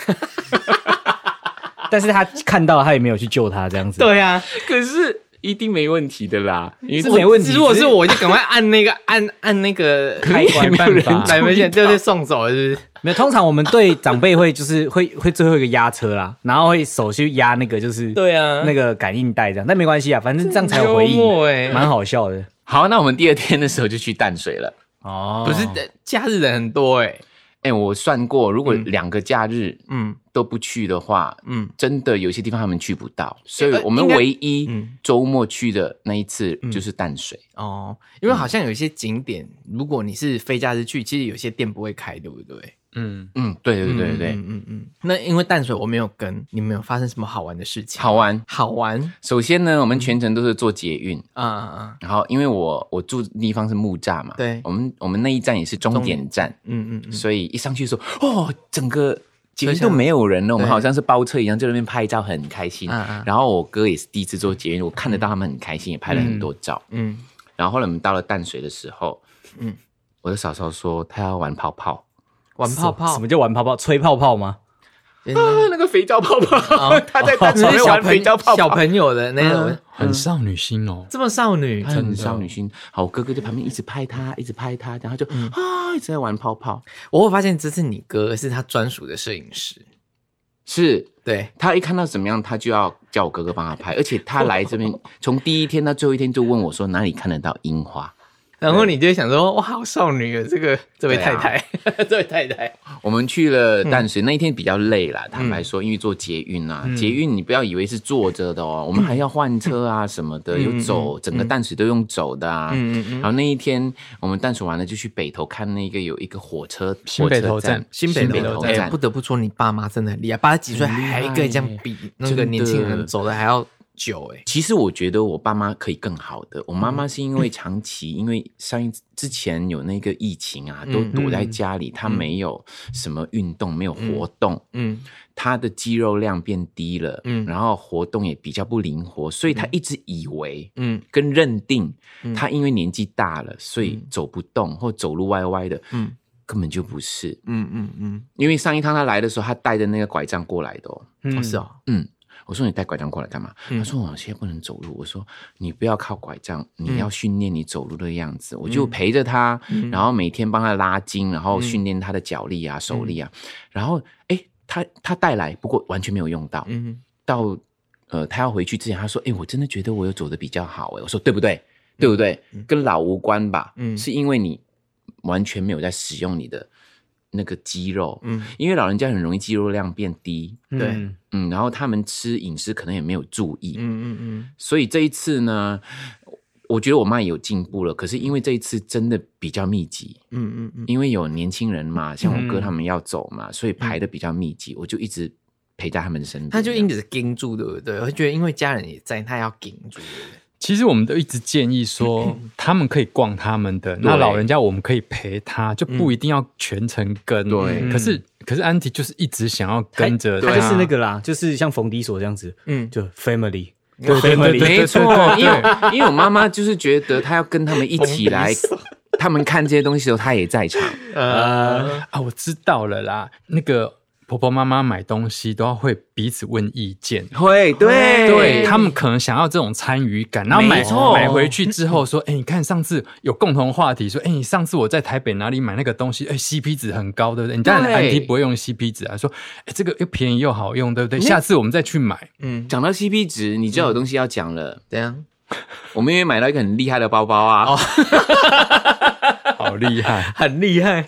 C: 但是他看到他也没有去救他，这样子，
A: 对呀、
B: 可是一定没问题的啦，因为
C: 是没问题。
A: 如果是我就赶快按那个按按那个
D: 开关
B: 没有
D: 办
B: 人
D: 法
A: 百分线，就是送走了，是不是？
C: 没有，通常我们对长辈会就是会会最后一个压车啦，然后会手去压那个就是
A: 对啊
C: 那个感应带这样，但没关系啊，反正这样才有回
A: 幽默欸
C: 忆，蛮好笑的
B: 好，那我们第二天的时候就去淡水了。
C: 哦
A: 不是呃假日人很多哎，
B: 哎、我算过，如果两个假日
A: 嗯
B: 都不去的话，
A: 嗯，
B: 真的有些地方他们去不到，所以
A: 呃
B: 我们
A: 应该
B: 唯一
A: 嗯
B: 周末去的那一次就是淡水。
A: 哦，因为好像有一些景点，如果你是非假日去，其实有些店不会开，对不对？
D: 嗯，
B: 嗯，对对对对对，
A: 嗯嗯嗯。那因为淡水我没有跟，你们有发生什么好玩的事情？
B: 好玩。
A: 好玩
B: 首先呢，我们全程都是坐捷运，
A: 啊啊啊！
B: 然后因为我我住的地方是木栅嘛，
A: 对
B: 我们我们那一站也是终点站，
A: 嗯嗯嗯，
B: 所以一上去说哦，整个捷运
A: 车
B: 都
A: 厢
B: 没有人了，我们
A: 对
B: 好像是包车一样，在那边拍照很开心。
A: 嗯嗯
B: 然后我哥也是第一次坐捷运，我看得到他们很开心，也拍了很多照。
A: 嗯，
B: 然后后来我们到了淡水的时候，
A: 嗯
B: 嗯，我的嫂嫂说她要玩泡泡，
A: 玩泡泡哎
C: 什么，叫玩泡泡？吹泡泡吗？
B: 啊
A: 真的，
B: 那个肥皂泡 泡，
A: 哦
B: 她在淡水
A: 那
B: 啊那
A: 是
B: 边
A: 小
B: 玩
A: 朋
B: 肥皂泡
A: 小
B: 泡，
A: 朋友的那种，
D: 嗯很少女心哦。
A: 这么少女
B: 她，很少女心。好，我哥哥在旁边一直拍她，一直拍她，然后就啊一直在玩泡泡，
A: 我有发现这是你哥，是他专属的摄影师，
B: 是。
A: 对，
B: 他一看到怎么样，他就要叫我哥哥帮他拍，而且他来这边从第一天到最后一天就问我说哪里看得到樱花。
A: 然后你就会想说，哇，好少女啊，这个这位
B: 对
A: 太
B: 啊
A: 太，这位太太，
B: 我们去了淡水、那一天比较累啦，坦白说，因为坐捷运啊，捷运你不要以为是坐着的哦，我们还要换车啊什么的，有走，整个淡水都用走的啊。
A: 嗯嗯嗯
B: 然后那一天我们淡水完了就去北投看那个有一个火车
D: 新北投站
B: 站，
A: 新北
B: 新北
A: 投
B: 投
A: 站，
B: 站
A: 哎不得不说你爸妈真的很哎厉害，八十几岁还可以这样比那个年轻人走的还要久哎、
B: 其实我觉得我爸妈可以更好的。我妈妈是因为长期，因为上一之前有那个疫情啊，都
A: 嗯
B: 躲在家里，她没有什么运动，没有活动，
A: 嗯
B: 她的肌肉量变低了，
A: 嗯
B: 然后活动也比较不灵活，所以她一直以为
A: 嗯
B: 跟认定，她因为年纪大了，所以走不动或走路歪歪的，
A: 嗯
B: 根本就不是。
A: 嗯嗯嗯，
B: 因为上一趟她来的时候，她带着那个拐杖过来的哦。
A: 哦
C: 嗯
A: 是哦，
B: 嗯，我说你带拐杖过来干嘛？
A: 嗯
B: 他说我现在不能走路。我说你不要靠拐杖，你
A: 嗯
B: 要训练你走路的样子。我就陪着他，然后每天帮他拉筋，然后训练他的脚力啊、手力啊。
A: 嗯
B: 然后诶，他他带来，不过完全没有用到。
A: 嗯
B: 到呃，他要回去之前，他说：“诶，我真的觉得我有走的比较好。”诶，我说对不对？对不对？跟老无关吧？
A: 嗯
B: 是因为你完全没有在使用你的那个肌肉。
A: 嗯
B: 因为老人家很容易肌肉量变低，
A: 对
C: 嗯
B: 嗯，然后他们吃饮食可能也没有注意，
A: 嗯嗯嗯
B: 所以这一次呢，我觉得我妈也有进步了。可是因为这一次真的比较密集，
A: 嗯嗯嗯，
B: 因为有年轻人嘛，像我哥
D: 嗯
B: 他们要走嘛，所以排的比较密集，我就一直陪在他们身边。
A: 他就一直盯住，对不对？我觉得因为家人也在，他要盯住，对不对
D: 其实我们都一直建议说，他们可以逛他们的，那老人家我们可以陪他，就不一定要全程跟。嗯
B: 对
D: 可是可是安迪就是一直想要跟着
A: 啊
C: 他就是那
D: 个
C: 个啦，就是像冯迪所这样子，
A: 嗯
C: 就 family，
D: 对对对对，
B: 没错，因为
D: 对
B: 因为我妈妈就是觉得她要跟他们一起来，他们看这些东西的时候，她也在场。
A: 呃，
D: 啊，我知道了啦，那个。婆婆妈妈买东西都要会彼此问意见，
B: 会，
A: 哎
B: 对
D: 对他们可能想要这种参与感，然后买
B: 没错
D: 买回去之后说，哎、你看上次有共同话题，说，哎、你上次我在台北哪里买那个东西，哎、c p 值很高，对不对？你当然
B: 对
D: 安迪不会用 CP 值啊，说，哎、这个又便宜又好用，对不对？下次我们再去买，
A: 嗯，
B: 讲到 CP 值，你知道有东西要讲了。
A: 怎样？
B: 我们也买到一个很厉害的包包啊。
D: 好 厉害！
A: 很厉害，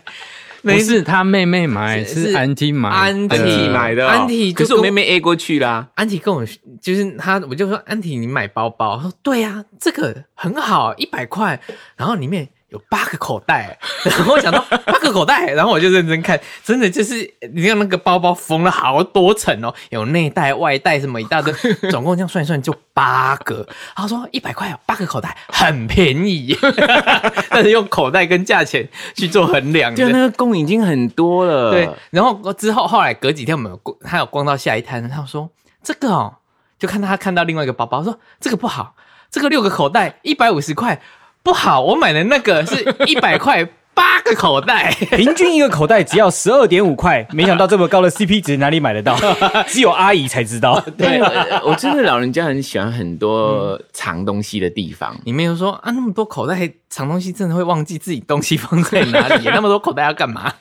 D: 不
A: 没
D: 是他妹妹买，
A: 是
D: 是安迪买，
A: 安迪
B: 安迪买的哦，
A: 安迪就
B: 可
A: 跟
B: 是我妹妹 A 过去啦。
A: 安迪跟我就是他，我就说安迪，你买包包，他说对呀、啊，这个很好，一百块，然后里面有八个口袋， 然后我想到八个口袋，然后我就认真看，真的就是你看那个包包缝了好多层哦，有内袋、外袋什么一大堆，总共这样算一算就八个。他说一百块有八个口袋，很便宜， 但是用口袋跟价钱去做衡量的
B: 对，啊，那个供已经很多了。
A: 对，然后之后后来隔几天我们有逛，他有逛到下一摊，他说这个哦，就看他看到另外一个包包，说这个不好，这个六个口袋一百五十块不好，我买的那个是一百块。八个口袋，
C: 平均一个口袋只要十二点五块， 没想到这么高的 CP 值哪里买得到？ 只有阿姨才知道。
B: 对，嗯我我真的老人家很喜欢很多藏东西的地方。
A: 你们有说啊，那么多口袋藏东西，真的会忘记自己东西放在哪里？那么多口袋要干嘛？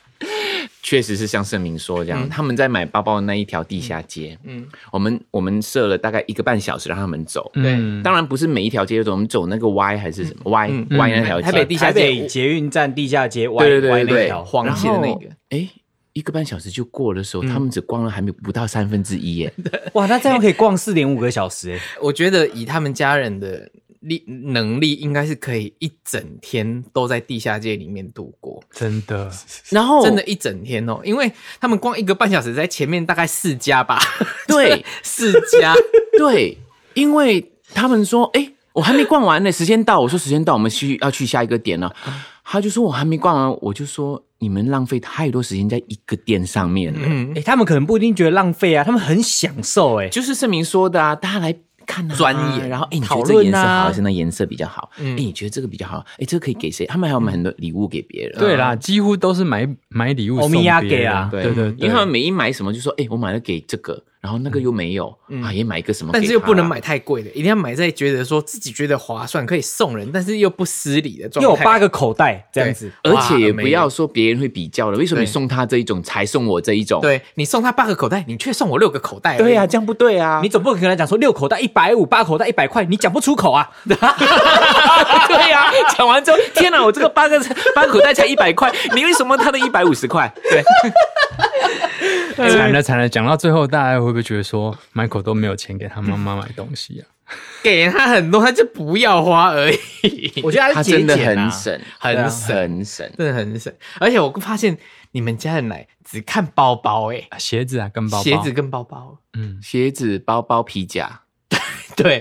B: 确实是像盛明说这样，他们在买包包的那一条地下街，
A: 嗯
B: 嗯，我们我们设了大概一个半小时让他们走。
A: 对
D: 嗯
B: 当然不是每一条街都走，我们走那个 Y 还是什么 Y Y 那条街，
A: 台北地下
C: 台北
A: 街
C: 捷运站地下街歪
B: 对对对
C: 歪
B: 对
C: 那
B: 对，
C: 条，
A: 啊黄街的那个，
B: 哎，一个半小时就过的时候，他们只逛了还没不到三分之一耶。
C: 哇，那这样可以逛四点五个小时哎。
A: 我觉得以他们家人的力能力，应该是可以一整天都在地下街里面度过，
D: 真的，
B: 然后
A: 真的，一整天哦，因为他们光一个半小时在前面大概四家吧，
B: 对
A: 四家，
B: 对，因为他们说，哎，我还没逛完呢，时间到。我说时间到，我们去要去下一个点了。他就说我还没逛完，我就说你们浪费太多时间在一个店上面了。
A: 嗯，
C: 哎、他们可能不一定觉得浪费啊，他们很享受哎、
B: 就是盛明说的啊，大家来看啊，
A: 钻研
B: 然后哎、你觉
C: 讨
B: 得这个
C: 论
B: 颜色好
C: 啊
B: 还是那颜色比较好？哎、
A: 嗯
B: 你觉得这个比较好？哎、这个可以给谁？他们还有买很多礼物给别
A: 嗯
B: 人。
D: 对啦，几乎都是买买礼物
C: 欧
D: 送
C: 米
D: 别
C: 亚
D: 人，
C: 给啊
B: 对
D: 对对对，
B: 因为他们每一买什么就说，哎、我买了给这个，然后那个又没有，啊，也买一个什么给他，
A: 嗯但是又不能买太贵的，一定要买在觉得说自己觉得划算，可以送人，但是又不失礼的状态。
C: 又有八个口袋这样子，
B: 而
A: 哇
B: 且也不
A: 没
B: 要说别人会比较了，为什么你
A: 对
B: 送他这一种才送我这一种？
A: 对你送他八个口袋，你却送我六个口袋而已。
B: 对呀、这样不对啊！
C: 你总不可能跟他讲说六口袋一百五，八口袋一百块，你讲不出口啊。
B: 对呀、讲完之后，天哪，我这个八个八个口袋才一百块，你为什么他的一百五十 块？对，
D: 惨了惨了，讲到最后，大家会不会觉得说 Michael 都没有钱给他妈妈买东西啊？
A: 给他很多，他就不要花而已，
C: 我觉得
B: 他
C: 是节
B: 真的
C: 俭啊
B: 很省，
A: 很
C: 啊
A: 省，
B: 很省。
A: 真的很省。而且我发现你们家人来只看包包、欸，
D: 啊鞋子啊，跟包包，
A: 鞋子，跟包包，
D: 嗯，
B: 鞋子、包包、皮夹，
A: 对。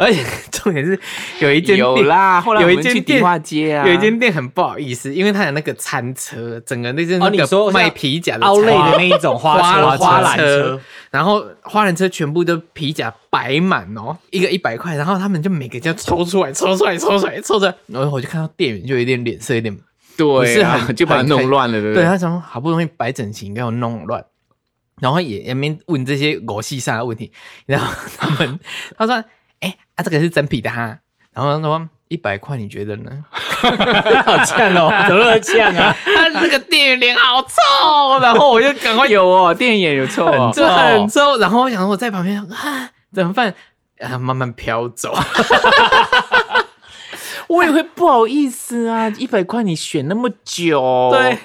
A: 而且重点是有一间店
B: 有啦。后来
A: 有
B: 我
A: 一
B: 们去
A: 间
B: 迪
A: 店
B: 化街啊，
A: 有一间店很不好意思，因为它有那个餐车，整个那间
C: 哦，
A: 那
C: 你
A: 个
C: 说
A: 卖皮夹的
C: 凹类
A: 餐
C: 的那一种花
A: 花
C: 车花
A: 花
C: 缆
A: 车
C: 车，，
A: 然后花篮车全部都皮夹摆满哦，一个一百块，然后他们就每个这样抽出来，抽出来，抽出来，抽出来，然后我就看到店员就有点脸色有点，不
B: 对
A: 是
B: 啊，
A: 很
B: 就把它
A: 很
B: 弄乱了，对不
A: 对啊他想说好不容易摆整齐，给我弄乱。然后也也没问这些狗戏上的问题，然后他们他说：“哎、啊，这个是真皮的哈。”然后他说：“一百块，你觉得呢
C: 好呛哦，怎么那么呛啊？？”
A: 他那个店员脸好臭，然后我就赶快
B: 有哦，电影有错哦，
A: 就很臭。然后我想说我在旁边想啊，怎么办？啊，慢慢飘走。
B: 哦我也会不好意思啊，一百块你选那么久，
A: 对，，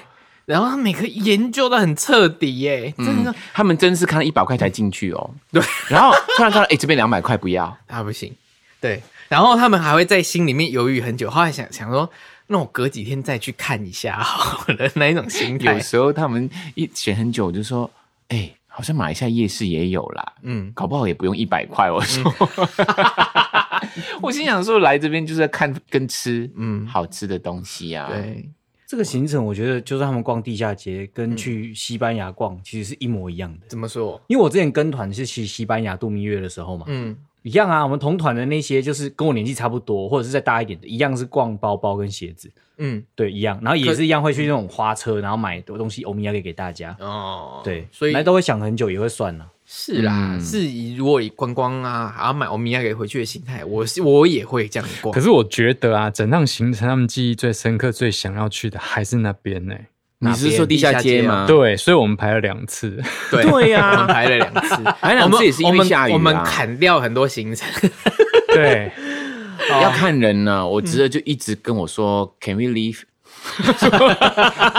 A: 然后他每个研究的很彻底耶，真的
B: 嗯
A: 是、，
B: 他们真是看到一百块才进去哦，
A: 对，
B: 然后突然看到哎这边两百块不要，
A: 啊不行，对。然后他们还会在心里面犹豫很久，后来想想说，那我隔几天再去看一下好了， 那一种心态
B: 有。时候他们一选很久我就说，哎，好像马来西亚夜市也有啦，
A: 嗯，
B: 搞不好也不用一百块，我说。
D: 嗯
B: 我心想说，来这边就是要看跟吃，
A: 嗯
B: 嗯，好吃的东西啊。，
A: 对，
C: 这个行程我觉得就是他们逛地下街跟去西班牙逛其实是一模一样的。
A: 怎么说？
C: 因为我之前跟团是去西班牙度蜜月的时候嘛，
A: 嗯
C: 一样啊，我们同团的那些就是跟我年纪差不多，或者是再大一点的，一样是逛包包跟鞋子，
A: 嗯
C: 对，一样，然后也
A: 可
C: 是一样会去那种花车，然后买东西欧米茄给大家，
A: 哦，
C: 对，
A: 所以
C: 来都会想很久，也会算啊了、
A: 是啦，
B: 嗯
A: 是以如果以观光啊，还要买欧米亚给回去的心态，我是我也会这样逛
D: 可。是我觉得啊，整趟行程他们记忆最深刻、最想要去的还是那边呢、欸
B: 你
A: 哪
B: 是
A: 边
B: 说地下街
A: 地下街啊
B: 吗？，
D: 对，所以我们排了两 次，
A: 对
B: 对呀
A: 我们排了两 次，
B: 排两次也是因为
A: 我们
B: 下雨啊
A: 我们砍掉很多行程。
D: 对，
B: 要看人
D: 嗯
B: 呢。我侄儿就一直跟我说，Can we leave？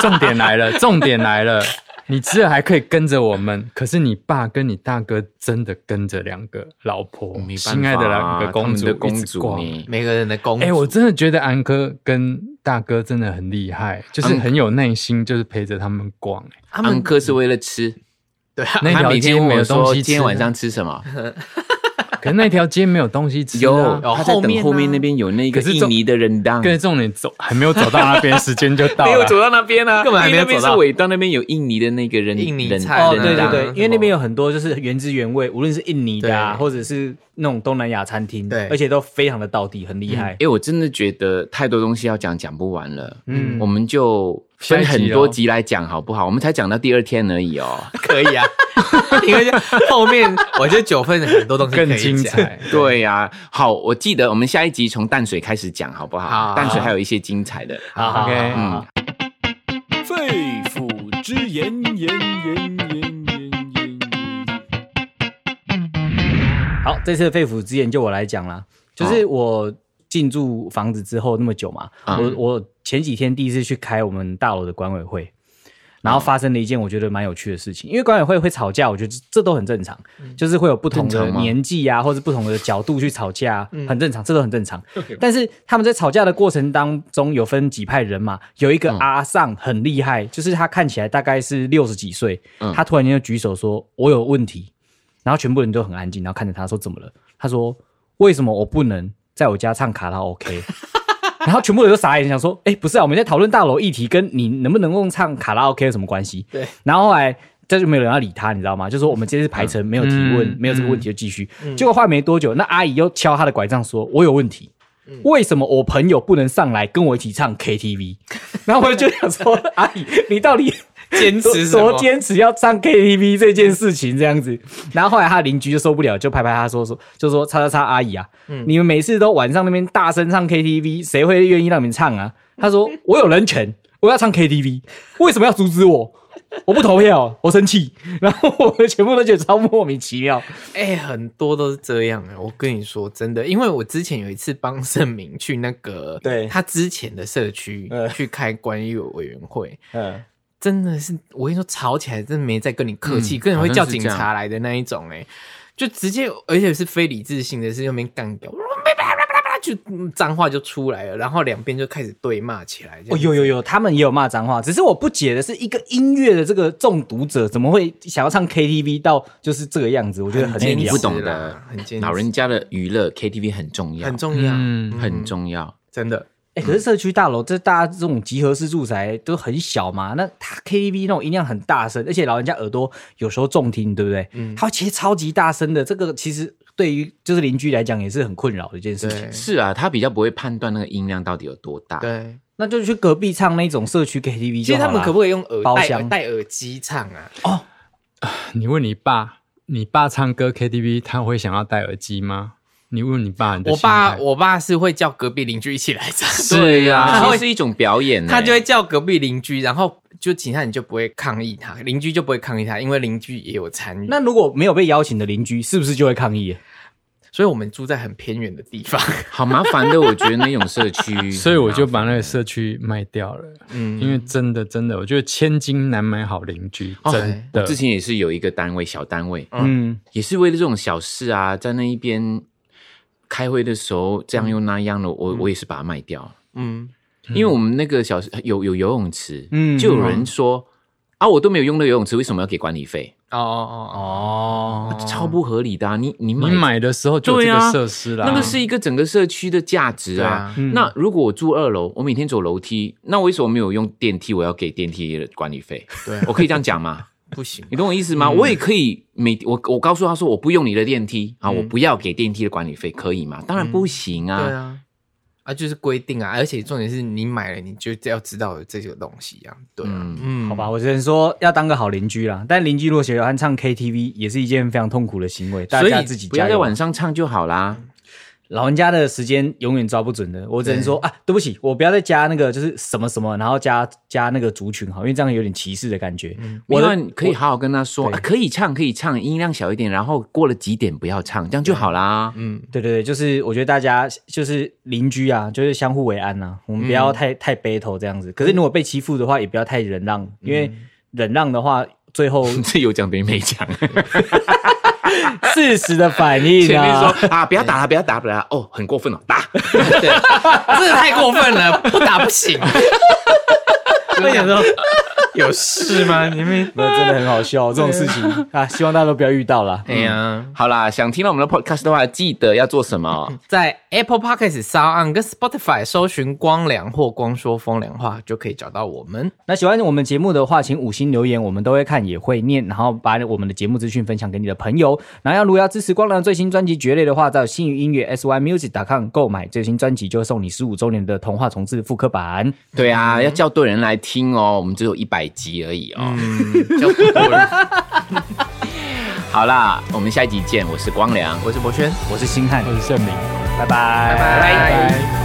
D: 重点来了，重点来了，你侄儿还可以跟着我们，可是你爸跟你大哥真的跟着两个老婆
B: 没，办法啊
D: 心爱的两个公
B: 他们
D: 主
B: 的
D: 一
B: 公
D: 直
B: 主
D: 逛。
B: 呢？
A: 每个人的工，
D: 哎、我真的觉得安哥跟大哥真的很厉害，就是很有耐心，就是陪着他们逛、欸。
A: 他
B: 安
A: 们
B: 哥是为了吃，
A: 对啊，
D: 那
B: 他
D: 条
B: 每
D: 街
B: 天问
D: 没
B: 我
D: 有东
B: 说
D: 西
B: 今
D: 吃 啊
B: 天晚上吃什么，
D: 可是那条街没有东西吃、
B: 有
D: 啊，
A: 有
B: 他在
A: 后面
B: 等
A: 啊
B: 后面那边有那个
D: 可是
B: 印
D: 重
B: 尼的人当，
D: 跟重点走还没有走到那边，时间就 到
B: 没有走
D: 了。
B: 到那边啊，
A: 根本还没有
B: 因为那边
A: 走到
B: 是尾端那边有印尼的那个人
A: 印尼
B: 人
A: 菜
C: 哦，
A: 人
C: 对对
A: 档
C: 对
A: 什，么
C: 因为那边有很多就是原汁原味，无论是印尼的啊，
A: 对
C: 或者是那种东南亚餐厅，
A: 对
C: 而且都非常的到地，很厉害
B: 哎、。我真的觉得太多东西要讲，讲不完了。
C: 嗯
B: 嗯，我们就分
D: 下一集
B: 很多
D: 咯
B: 集来讲好不好？我们才讲到第二天而已哦。
A: 可 以啊，因为后面我觉得九份很多东西可以
D: 更精
A: 讲
D: 彩。
B: 对呀、好，我记得我们下一集从淡水开始讲好不好？
A: 好
B: 淡水还有一些精彩的。嗯
C: 好好
D: OK
C: 好好
E: 肺腑之言，言言言言言言。
C: 好，这次的肺腑之言就我来讲啦，就是我进驻房子之后那么久嘛，
B: 嗯
C: 我我前几天第一次去开我们大楼的管委会。然
B: 嗯
C: 后发生了一件我觉得蛮有趣的事情，因为管委会会吵架，我觉得这这都很正常，就是会有不同
B: 嗯正
C: 的
B: 常吗嗯
C: 年纪啊，或者不同的角度去吵 架，很正常，这都很正常。但是他们在吵架的过程当中，有分几派人嘛，有一个
B: 嗯
C: 阿尚很厉害，就是他看起来大概是六十几岁，
B: 嗯
C: 他突然间就举手说：“我有问题。”然后全部人都很安静，然后看着他说：“怎么了？”他说：“为什么我不能在我家唱卡拉 OK？” 然后全部人都傻眼，想说：“哎、不是啊，我们在讨论大楼议题，跟你能不能够唱卡拉 OK 有什么关系？”
A: 对。
C: 然后后来这就没有人要理他，你知道吗？就说我们这次排程没有提问，
D: 嗯
C: 没有这个问题就继续。结果话没多久，那阿姨又敲他的拐杖说：“我有问题。”为什么我朋友不能上来跟我一起唱 KTV？然后我就想说， 阿姨，你到底
A: 坚
C: 多
A: 持什么
C: 多？坚持要唱 KTV 这件事情这样子。然后后来他邻居就受不了，就拍拍他说说，就说叉叉叉阿姨啊，
A: 嗯
C: 你们每次都晚上那边大声唱 KTV，谁会愿意让你们唱啊？他 说我有人权，我要唱 KTV，为什么要阻止我？我不投票，我生气。然后我们全部都觉得超莫名其妙。
A: 哎、很多都是这样哎、我跟你说真的，因为我之前有一次帮盛明去那个
C: 对
A: 他之前的社区
C: 嗯
A: 去开管理委员会，
C: 嗯，
A: 真的是我跟你说吵起来真的没在跟你客
B: 嗯
A: 气，根本会叫警察来的那一种哎、就直接而且是非理智性的，是用边干掉，就脏话就出来了，然后两边就开始对骂起来。这
C: 哦，
A: 样
C: 有有有，他们也有骂脏话，只是我不解的是，一个音乐的这个中毒者怎么会想要唱 KTV 到就是这个样子？我觉得很
A: 很坚
C: 无
A: 持
B: 你
C: 聊
B: 不懂的
A: 啦，很坚持
B: 老人家的娱乐 KTV 很重要，
A: 很重要，
D: 嗯
A: 嗯
B: 很重要。
A: 真的。
C: 哎、可是社区大楼这大家这种集合式住宅都很小嘛，那它 KTV 那种音量很大声，而且老人家耳朵有时候重听，对不对？嗯，它其实超级大声的，这个其实对于就是邻居来讲也是很困扰的一件事情
A: 对。
B: 是啊，他比较不会判断那个音量到底有多大。，
A: 对，
C: 那就去隔壁唱那种社区 KTV
A: 其
C: 就
A: 实
C: 好
A: 他们可不
C: 可
A: 可以用耳
C: 包
A: 戴
C: 厢
A: 戴耳机唱啊？
D: 你问你爸，你爸唱歌 KTV，他会想要戴耳机吗？你问你爸，你的
A: 我
D: 心
A: 爸
D: 态
A: 我爸是会叫隔壁邻居一起来唱，
B: 对呀、
A: 他
B: 它
A: 会
B: 会是一种表演呢、
A: 他就会叫隔壁邻居，然后就其他人就不会抗议他，邻居就不会抗议他，因为邻居也有参与。
C: 那如果没有被邀请的邻居，是不是就会抗议？
A: 所以我们住在很偏远的地方，
B: 好麻烦的，我觉得那种社区，
D: 所以我就把那个社区卖掉了，嗯，因为真的真的，我觉得千金难买好邻居，
B: 哦
D: 真
B: 我
D: 的。
B: 之前也是有一个单位小单位，
C: 嗯，
B: 也是为了这种小事啊，在那一边开会的时候这样又那样的，我我也是把它卖掉，
A: 嗯，
B: 因为我们那个小有有游泳池，
C: 嗯
B: 就有人说啊，我都没有用那个游泳池，为什么要给管理费？啊
A: 哦哦
C: 哦，
B: 超不合理的啊！你你买
D: 你买的时候就有
B: 对
D: 这
B: 啊
D: 个设施啦，
B: 那个是一个整个社区的价值
A: 对
B: 啊
A: 啊。
C: 嗯
B: 那如果我住二楼，我每天走楼梯，那为什么没有用电梯？我要给电梯的管 理费？
A: 对
B: 我可以这样讲吗？
A: 哦，不行，
B: 你懂我意思吗？
C: 嗯
B: 我也可以每我我告诉他说我不用你的电梯
C: 嗯
B: 啊，我不要给电梯的管理费，可以吗？当然不行
A: 对
B: 啊。
A: 啊，啊就是规定啊，而且重点是你买了你就要知道有这个东西啊，对啊，
B: 嗯，
A: 嗯，
C: 好吧，我只能说要当个好邻居啦。但邻居如果喜欢唱 KTV，也是一件非常痛苦的行为，大
B: 所
C: 家
B: 以
C: 自己
B: 不要
C: 加
B: 在
C: 油啊
B: 晚上唱就好啦。
C: 老人家的时间永远抓不准的，我只能说啊，对不起，我不要再加那个就是什么什么，然后加加那个族群好，因为这样有点歧视的感觉。
B: 我
C: 我的
B: 们可以好好跟他说，
C: 对
B: 啊可以唱，可以唱，音量小一点，然后过了几点不要唱，这样就好啦。嗯
C: 对对对，就是我觉得大家就是邻居啊，就是相互为安啊，我们不要太、太 battle 这样子。可是如果被欺负的话，也不要太忍让，因为忍让的话，最后
B: 这有讲等于没 讲。
C: 事实的反应
B: 前面
C: 啊。
B: 说啊，不要打了，不要打了，不要打了哦，很过 分哦，打。
A: 对，真的太过分了，不打不行。我想说有事吗？你们
C: 那真的很好笑这种事情啊，希望大家都不要遇到啦。
A: 哎呀，
B: 好啦，想听到我们的 podcast 的话，记得要做什么？哦
A: 在 Apple Podcast、s o n 跟 Spotify 搜寻“光良”或“光说风凉话”就可以找到我们。
C: 那喜欢我们节目的话，请五星留言，我们都会看也会念，然后把我们的节目资讯分享给你的朋友。然后要如果要支持光良最新专辑《蕨类》的话，到新宇音乐 symusic.com 购买最新专辑，就会送你十五周年的童话重置复刻版。
B: 对啊，要叫对人来听哦，我们只有一百集而已哦。
A: 叫多人，
B: 好啦，我们下一集见，我是光良。
A: 我是博轩。
C: 我是星汉，
D: 我是盛明。
C: 拜拜，拜拜。
A: 拜
D: 拜。